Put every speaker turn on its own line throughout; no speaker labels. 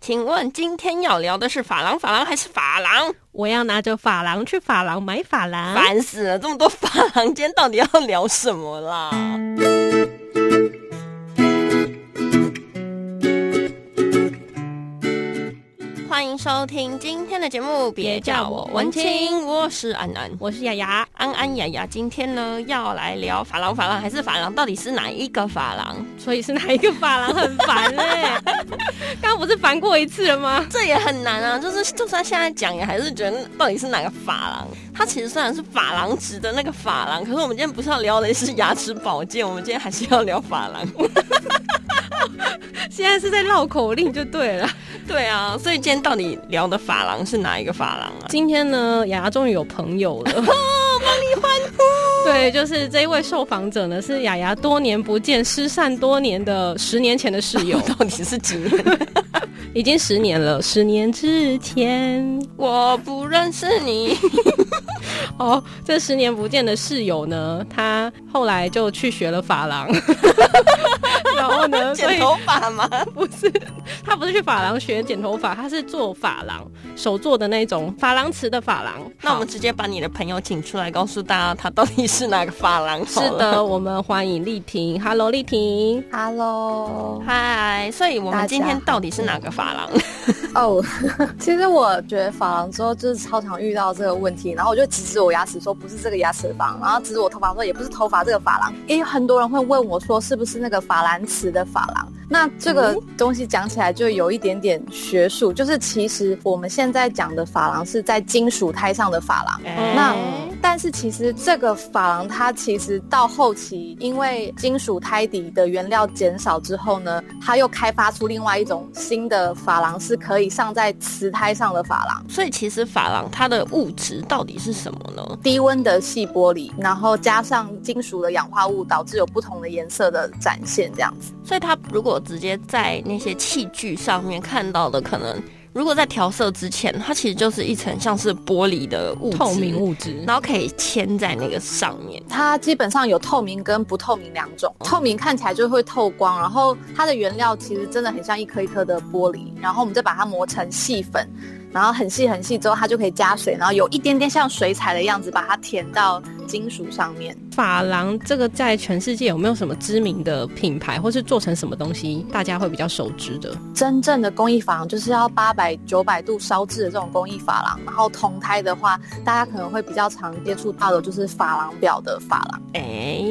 请问今天要聊的是珐琅，珐琅还是珐琅？
我要拿着珐琅去珐琅买珐琅。
烦死了，这么多珐琅，今天到底要聊什么啦？欢迎收听今天的节目，别叫我文青，我是安安。
我是雅雅，
安安雅雅，今天呢要来聊珐琅，珐琅还是珐琅？到底是哪一个珐琅？
所以是哪一个珐琅很烦哎、 刚刚不是烦过一次了吗？
这也很难啊，就是就算现在讲，也还是觉得到底是哪个珐琅？它其实虽然是珐琅质的那个珐琅，可是我们今天不是要聊的是牙齿保健，我们今天还是要聊珐琅。
现在是在绕口令就对了。
对啊，所以今天到底聊的珐琅是哪一个珐琅啊？，
今天呢，雅雅终于有朋友 了。对，就是这一位受访者呢，是雅雅多年不见、失散多年的十年前的 室友
到底是几年？
已经十年了。十年之前，
我不认识你。
哦，这十年不见的室友呢，他后来就去学了珐 琅，然后呢，所
剪
以
头发吗？
不是，他不是去发廊学剪头发，他是做发廊手做的那种珐琅瓷的发廊。
那我们直接把你的朋友请出来，告诉大家他到底是哪个珐琅。
好是，的，我们欢迎丽婷，Hello，丽婷。
Hello，
嗨，所以我们
大家
今天到底是哪个珐琅？
哦、 其实我觉得发廊之后就是超常遇到这个问题，然后我就指指我牙齿说不是这个牙齿的发廊，然后指指我头发说也不是头发这个发廊，也有很多人会问我说是不是那个法兰瓷的发廊。那这个东西讲起来就有一点点学术，就是其实我们现在讲的珐琅是在金属胎上的珐琅，
哎
那但是其实这个珐琅它其实到后期，因为金属胎底的原料减少之后呢，它又开发出另外一种新的珐琅，是可以上在瓷胎上的珐琅。
所以其实珐琅它的物质到底是什么呢？
低温的细玻璃，然后加上金属的氧化物，导致有不同的颜色的展现，这样子。
所以它如果直接在那些器具上面看到的，可能如果在调色之前，它其实就是一层像是玻璃的物质
透明，物质，
然后可以嵌在那个上面。
它基本上有透明跟不透明两种，透明看起来就会透光，然后它的原料其实真的很像一颗一颗的玻璃，然后我们再把它磨成细粉，然后很细很细之后，它就可以加水，然后有一点点像水彩的样子，把它填到金属上面。
珐琅这个在全世界有没有什么知名的品牌，或是做成什么东西，大家会比较熟知的？
真正的工艺珐琅就是要八百九百度烧制的这种工艺珐琅，然后铜胎的话，大家可能会比较常接触到的就是珐琅表的珐琅。
哎、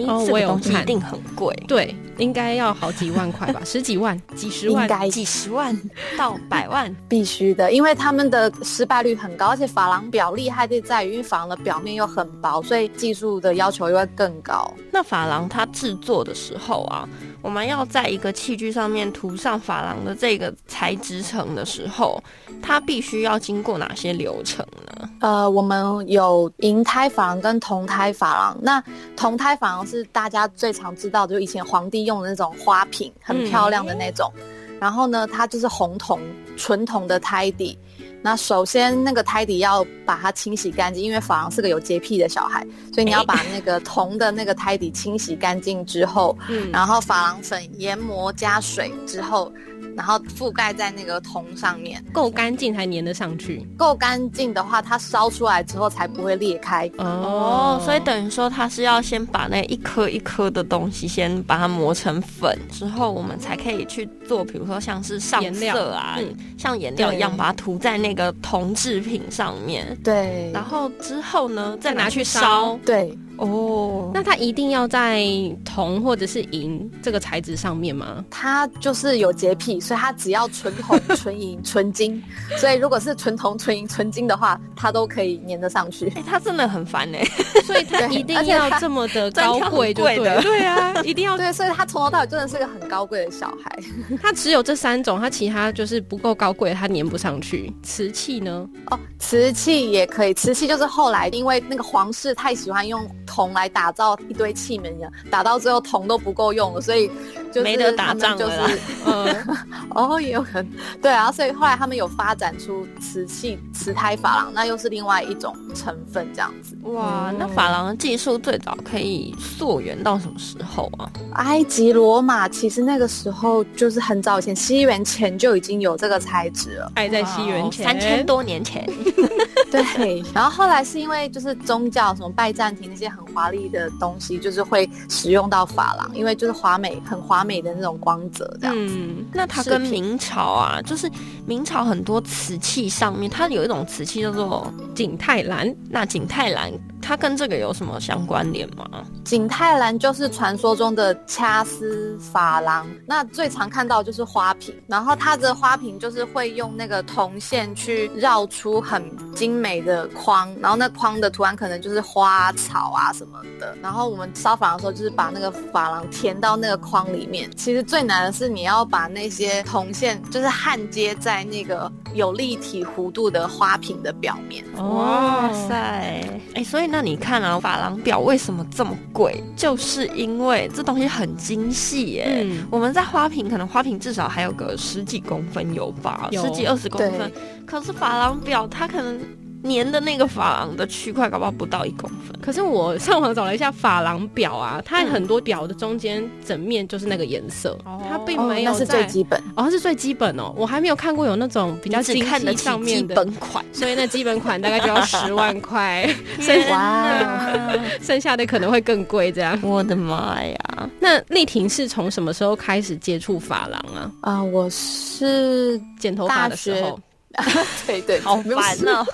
哦
这
我
个
有
东西一
看
定很贵，
对，应该要好几万块 吧，十几万、几十万
应。该
几十万到百万。
必须的，因为他们的失败率很高，而且珐琅表厉害就在于，因为珐琅的表面又很薄，所以技术的要求又会更高。
那珐琅它制作的时候啊，我们要在一个器具上面涂上珐琅的这个材质层的时候，它必须要经过哪些流程呢？
呃，我们有银胎珐琅跟铜胎珐琅。那铜胎珐琅是大家最常知道的，就以前皇帝用的那种花瓶，很漂亮的那种。然后呢，它就是红铜纯铜的胎底。那首先那个胎底要把它清洗干净，因为珐琅是个有洁癖的小孩，所以你要把那个铜的那个胎底清洗干净之后，
嗯，
然后珐琅粉研磨加水之后，然后覆盖在那个铜上面。
够干净才粘得上去。
够干净的话，它烧出来之后才不会裂开。
哦
哦，，所以等于说它是要先把那一颗一颗的东西先把它磨成粉之后，我们才可以去做，比如说像是上
颜料
色啊，
嗯
像颜料一样
对
把它涂在那个铜制品上面，
对
然后之后呢再拿
嗯拿
去
去
烧
烧。
对，
哦，
那它一定要在铜或者是银这个材质上面吗？
它就是有洁癖，所以它只要纯 铜、纯银、纯金。所以如果是纯铜、纯银、纯金的话，它都可以粘得上去。
哎、它真的很烦哎、
所以它
对
一定
而且
要
它
这么的
专
高
挑很
贵，就
贵
对
的
了。对啊， 一定要。
对，所以它从头到尾真的是个很高贵的小孩。
它只有这三种，它其他就是不够高贵，它粘不上去。瓷器呢？
哦，瓷器也可以，瓷器就是后来因为那个皇室太喜欢用铜来打造一堆器皿了，打到最后铜都不够用了，所以就是
没得打仗
他
了
们
啦
就是
嗯，
哦，也有可能，对啊，所以后来他们有发展出瓷器、瓷胎珐琅，那又是另外一种成分这样子。
哇，那珐琅的技术最早可以溯源到什么时候啊？
埃及、罗马其实那个时候就是很早以前，西元前就已经有这个材质了。
爱在西元前
哦三千，多年前，
对，然后后来是因为就是宗教什么拜占庭那些很华丽的东西，就是会使用到珐琅，因为就是华美很华美的那种光泽这样。
嗯，
那它
饰
跟
品
明朝啊，就是明朝很多瓷器上面，它有一种瓷器叫做
景泰蓝，
那景泰蓝，它跟这个有什么相关联吗？
景泰蓝就是传说中的掐丝珐琅，那最常看到就是花瓶，然后它的花瓶就是会用那个铜线去绕出很精美的框，然后那框的图案可能就是花草啊什么的，然后我们烧珐琅的时候就是把那个珐琅填到那个框里面。其实最难的是你要把那些铜线就是焊接在那个有立体弧度的花瓶的表面。
哇塞，哎、所以那你看啊，珐琅表为什么这么贵？就是因为这东西很精细耶、
嗯，
我们在花瓶，可能花瓶至少还有个十几公分有吧，
有
十几二十公分。可是珐琅表，它可能粘的那个珐琅的区块，搞不好不到一公分。
可是我上网找了一下珐琅表啊，它很多表的中间整面就是那个颜色，
哦
它并
哦
没有
那是
在
最基本。
哦，它是最基本哦，我还没有看过有那种
比
比较
只
精
看得
细
起
上
基
面的，
本 款，
所以那基本款大概就要十万块，
天
剩
哪！
剩下的可能会更贵这样。
我的妈呀！
那丽婷是从什么时候开始接触珐琅啊？
啊、我是
剪头发
大
的时
学
候，
对对，
好
没有
烦哦，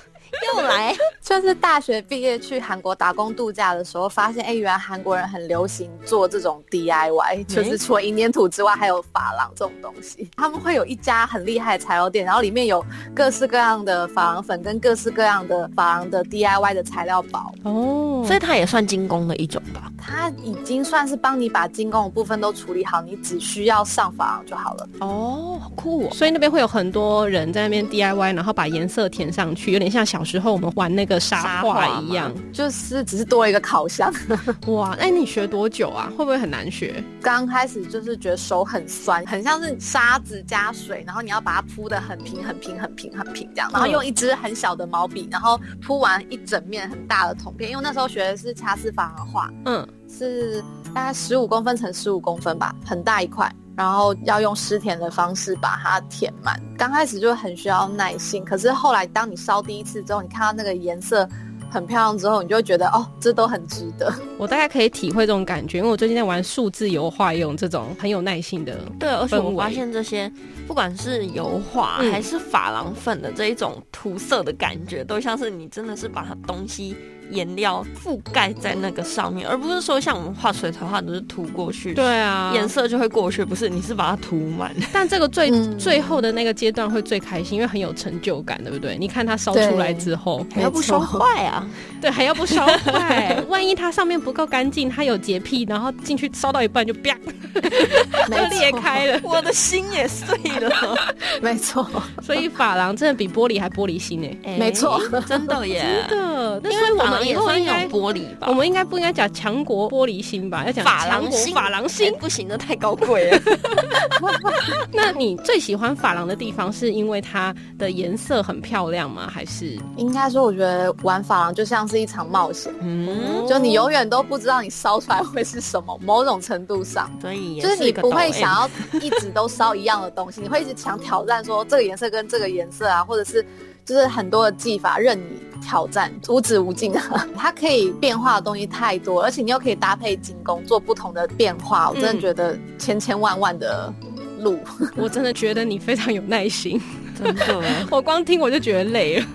又来。
就是大学毕业去韩国打工度假的时候，发现哎，原来韩国人很流行做这种
嗯
DIY，就是除了银粘土之外，还有珐琅这种东西。 他们会有一家很厉害的材料店，然后里面有各式各样的珐琅粉跟各式各样的珐琅的 DIY 的材料包。
哦，
所以它也算精工的一种吧。
它已经算是帮你把精工的部分都处理好，你只需要上珐琅就好了。
哦，好酷哦！
所以那边会有很多人在那边 DIY，然后把颜色填上去，有点像小时候我们玩那个
沙
沙
画
画一样。
就是只是多了一个烤箱。
哇，那你学多久啊？会不会很难学？
刚开始就是觉得手很酸，很像是沙子加水，然后你要把它铺的很平、很平、很平、很平这样，
嗯
然后用一支很小的毛笔，然后铺完一整面很大的铜片。因为那时候学的是掐丝珐琅画，
嗯，
是大概十五公分乘十五公分吧，很大一块。然后要用湿填的方式把它填满。刚开始就很需要耐心，可是后来当你烧第一次之后，你看到那个颜色很漂亮之后，你就会觉得哦，这都很值得。
我大概可以体会这种感觉，因为我最近在玩数字油画，也有这种很有耐心的。
对，而且
氛
我
围
发现这些，不管是油画
嗯
还是珐琅粉的这一种涂色的感觉，都像是你真的是把它东西颜料覆盖在那个上面，而不是说像我们画水彩画都是涂过去，
对，啊，
颜色就会过去，不是你是把它涂满。
但这个最、
嗯
最后的那个阶段会最开心，因为很有成就感，对不对？你看它烧出来之后，
还要不说
没错
坏啊！
对，还要不烧 坏，万一它上面不够干净，它有洁癖，然后进去烧到一半就啪
没
就
错
裂，开了。
我的心也碎了，
没错。
所以珐琅真的比玻璃还玻璃心哎、
哎
没错，
真的耶
真。的，那
因
所以
为珐
我
琅
们以
也
后
算
应
有
该，
玻璃吧，
我们应该不应该讲强国玻璃心吧？要讲
珐
强
琅
国
心，
珐琅
哎
心。
不行，那太高贵了。
那你最喜欢珐琅的地方是因为它的颜色很漂亮吗？还是
应该说，我觉得玩珐琅就像是一场冒险，
嗯，
就你永远都不知道你烧出来会是什么。某种程度上，
所以也
就是你
个哎
不
抖
会
M
想要一直都烧一样的东西，你会一直想挑战说这个颜色跟这个颜色啊，或者是就是很多的技法任你挑战，无止无尽啊。 它可以变化的东西太多，而且你又可以搭配精工做不同的变化。我真
嗯
的觉得千千万万的路。
我真的觉得你非常有耐心，
真的，
我光听我就觉得累了。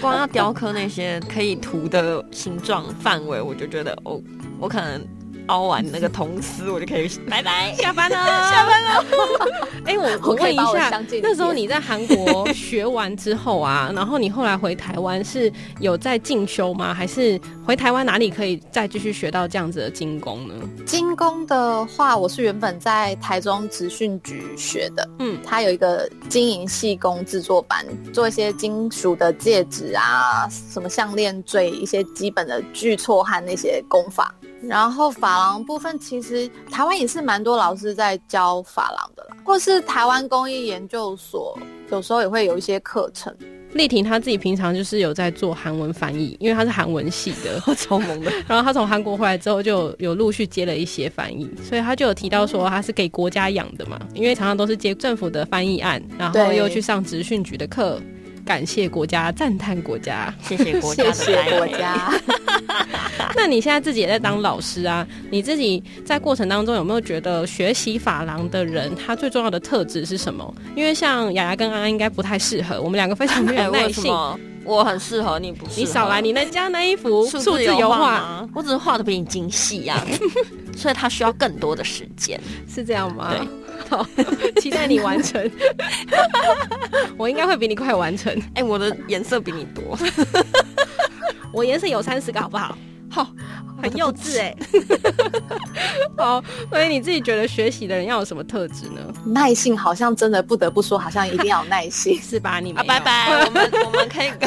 光要雕刻那些可以涂的形状范围，我就觉得哦，我可能凹完那个铜丝，我就 可以拜拜。
下 班了，下班了。 哎、我我
我可
问
以
一
把我
下
相近，
那时候你在韩国学完之后 啊，然后你后来回台湾是有在进修吗？还是回台湾哪里可以再继续学到这样子的精工呢？
精工的话，我是原本在台中职训局学的，
嗯
嗯，它有一个经营细工制作班，做一些金属的戒指啊，什么项链坠，一些基本的锯错和那些工法。然后珐琅部分，其实台湾也是蛮多老师在教珐琅的啦，或是台湾工艺研究所有时候也会有一些课程。
丽婷她自己平常就是有在做韩文翻译，因为她是韩文系 的，
超萌的，
然后她从韩国回来之后就有有陆续接了一些翻译，所以她就有提到说她是给国家养的嘛，因为常常都是接政府的翻译案，然后
对
又去上职训局的课，感谢国家，赞叹国家。
谢谢国家
谢
的栽培
谢 国家。
那你现在自己也在当老师啊？你自己在过程当中有没有觉得学习法郎的人他最重要的特质是什么？因为像雅雅跟安安应该不太适合，我们两个非常没
哎，
有耐
为什
性。
么我很适合你不适合？
你少来，你那家那一幅
数
数字
字
油
油画
画
吗？我只是画的比你精细 呀、所以它需要更多的时间。
是这样吗？
对，
好，期待你完成。 我应该会比你快完成。
哎、我的颜色比你 多，
我颜色有三十个，好不好？
好，
很幼稚哎、好，所以你自己觉得学习的人要有什么特质呢？。
耐性好像真的不得不说，好像一定要有耐心
是吧？你没
啊，
有
拜。拜，我们我们可以跟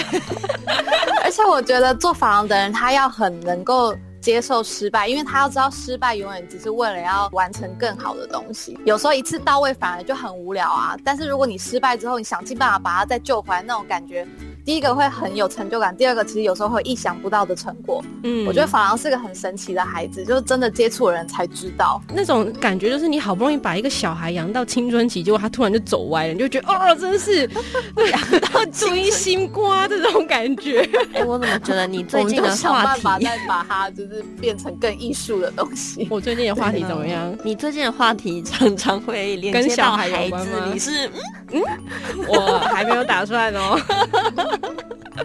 而且我觉得做珐琅的人，他要很能够接受失败，因为他要知道失败永远只是为了要完成更好的东西。有时候一次到位反而就很无聊啊。但是如果你失败之后，你想尽办法把它再救回来，那种感觉，第一个会很有成就感，第二个其实有时候会有意想不到的成果。
嗯
我觉得珐琅是个很神奇的孩子，就是真的接触的人才知道。
那种感觉就是你好不容易把一个小孩养到青春期，结果他突然就走歪了，你就觉得哦，真是养到追心瓜这种感觉。
哎、 我怎么觉得你
我
最
们
近
就
的
想
话
办法
题，
再把它就是变成更艺术的东西。
我最近的话题怎么样？
你最近的话题常常会连
跟
接到
小孩有
孩
关
子
吗，
你是嗯
我还没有打算哦。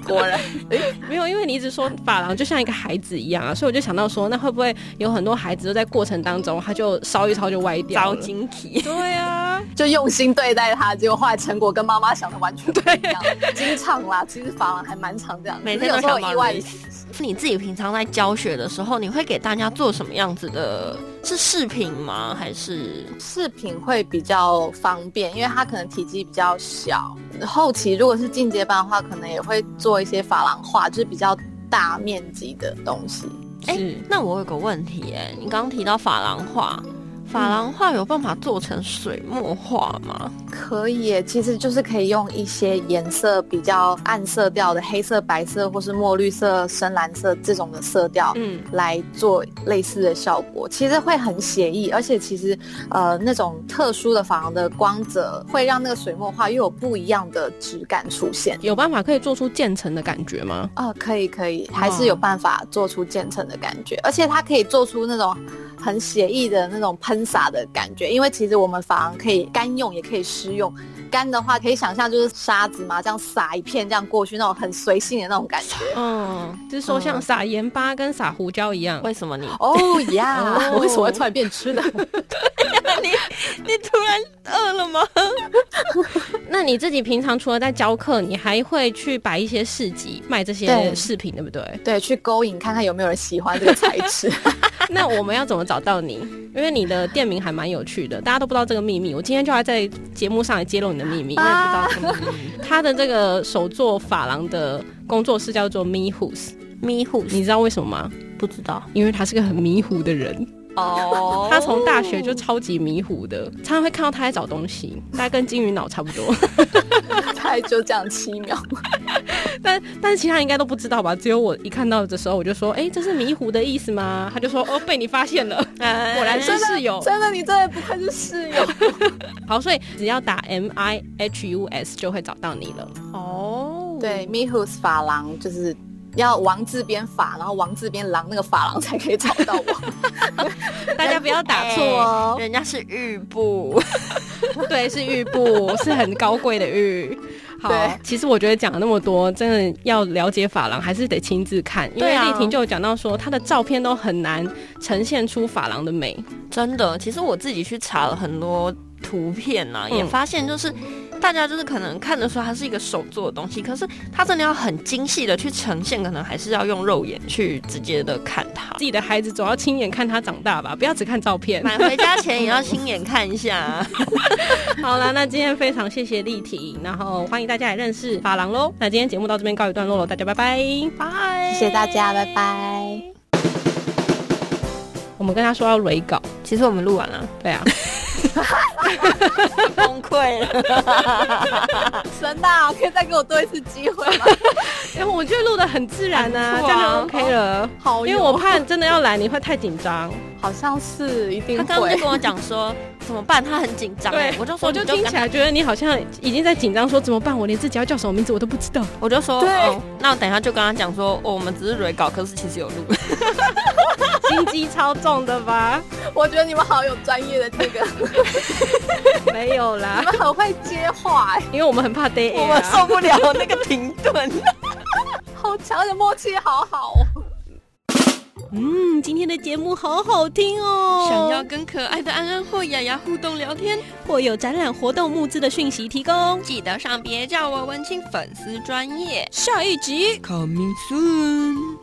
果然，
没有，因为你一直说发廊就像一个孩子一样啊，所以我就想到说，那会不会有很多孩子都在过程当中，他就烧一烧就歪
招
掉了？
晶 体，
对啊，
就用心对待它，结果后来成果跟妈妈想的完全不一样。经常啦，其实法郎还蛮常这样，
每
可
天
是有
都
时候
想
有
把
意外的
你。你自己平常在教学的时候，你会给大家做什么样子的？是视频吗？还是
饰品会比较方便，因为它可能体积比较小。后期如果是进阶班的话，可能也会做一些珐琅画，就是比较大面积的东西。
是、
哎那我有个问题、哎，你刚刚提到珐琅画，珐琅画有办法做成水墨画吗？
可以耶，其实就是可以用一些颜色比较暗色调的黑色、白色或是墨绿色、深蓝色这种的色调，
嗯，
来做类似的效果，其实会很写意，而且其实呃那种特殊的珐琅的光泽会让那个水墨画又有不一样的质感出现。
有办法可以做出渐层的感觉吗？
啊、可以可以，还是有办法做出渐层的感觉，而且它可以做出那种很写意的那种喷洒的感觉，因为其实我们珐琅可以干用，也可以湿用。干的话，可以想象就是沙子嘛，这样撒一片这样过去，那种很随性的那种感觉。
嗯，就是说像撒盐巴跟撒胡椒一样。
为什么你
哦呀
哦，
我为什么会突然变吃的？
你你突然饿了吗？
那你自己平常除了在教课，你还会去摆一些市集卖这些
对
饰品，对 不对？
对，去勾引看看有没有人喜欢这个材质。
那我们要怎么找到你？因为你的店名还蛮有趣的，大家都不知道这个秘密。我今天就要在节目上来揭露你的秘密。
我也不知道什么
他的这个手作珐琅的工作室叫做迷糊，
迷糊，
你知道为什么吗？
不知道
因为他是个很迷糊的人，
哦
他从大学就超级迷糊的，常常会看到他在找东西，大概跟金鱼脑差不多。
大概就这样七 秒，
但但是其他人应该都不知道吧？只有我一看到的时候，我就说：“哎、这是迷糊的意思吗？”他就说：“哦，被你发现了， 果
果
然是室友。
真的，你真的不愧是室友。
好，所以只要打 M I H U S 就会找到你了。
哦，
对，Mihus 法郎就是要王字边法，然后王字边狼那个法郎才可以找到 我。
大家不要打错
哎
哦。
人家是玉布，
对，是玉布，是很高贵的玉。好
对，
其实我觉得讲了那么多，真的要了解珐琅还是得亲自看，因为
对啊
丽婷就有讲到说，她的照片都很难呈现出珐琅的美。
真的。其实我自己去查了很多图片呐、
嗯
也发现就是。大家就是可能看得出它是一个手做的东西，可是它真的要很精细的去呈现，可能还是要用肉眼去直接的看它。
自己的孩子总要亲眼看他长大吧，不要只看照片。
买回家前也要亲眼看一下、
好啦，那今天非常谢谢丽婷，然后欢迎大家来认识珐琅喽。那今天节目到这边告一段落了，大家拜拜。
拜，
谢谢大家，拜拜。
我们跟他说要蕊稿，
其实我们录完了，
对啊，
崩溃了。
神呐，可以再给我多一次机会吗？
然哎后我觉得录的很自然啊，
很不
这
错啊
样就 OK 了。 哦
好哟，
因为我怕真的要来，你会太紧张。
好像是一定
他刚刚就
会
跟。我讲说怎么办，他很紧张欸，我就说
我就
你跟
听起来觉得你好像已经在紧张，说怎么办？我连自己要叫什么名字我都不知道。
我就说，
对
哦，那我等一下就跟他讲说，哦，我们只是蕊稿，可是其实有录。
心机超重的吧？
我觉得你们好有专业的这个，
没有
你
啦，
们很会接话、哎，
因为我们很怕 day air
我
啊、
们受不了那个停顿。
好强，而且默契好好哦。
嗯，今天的节目好好听哦。
想要跟可爱的安安或雅雅互动聊天，
或有展览活动募资的讯息提供。
记得上别叫我文青粉丝专业。
下一集
Coming soon。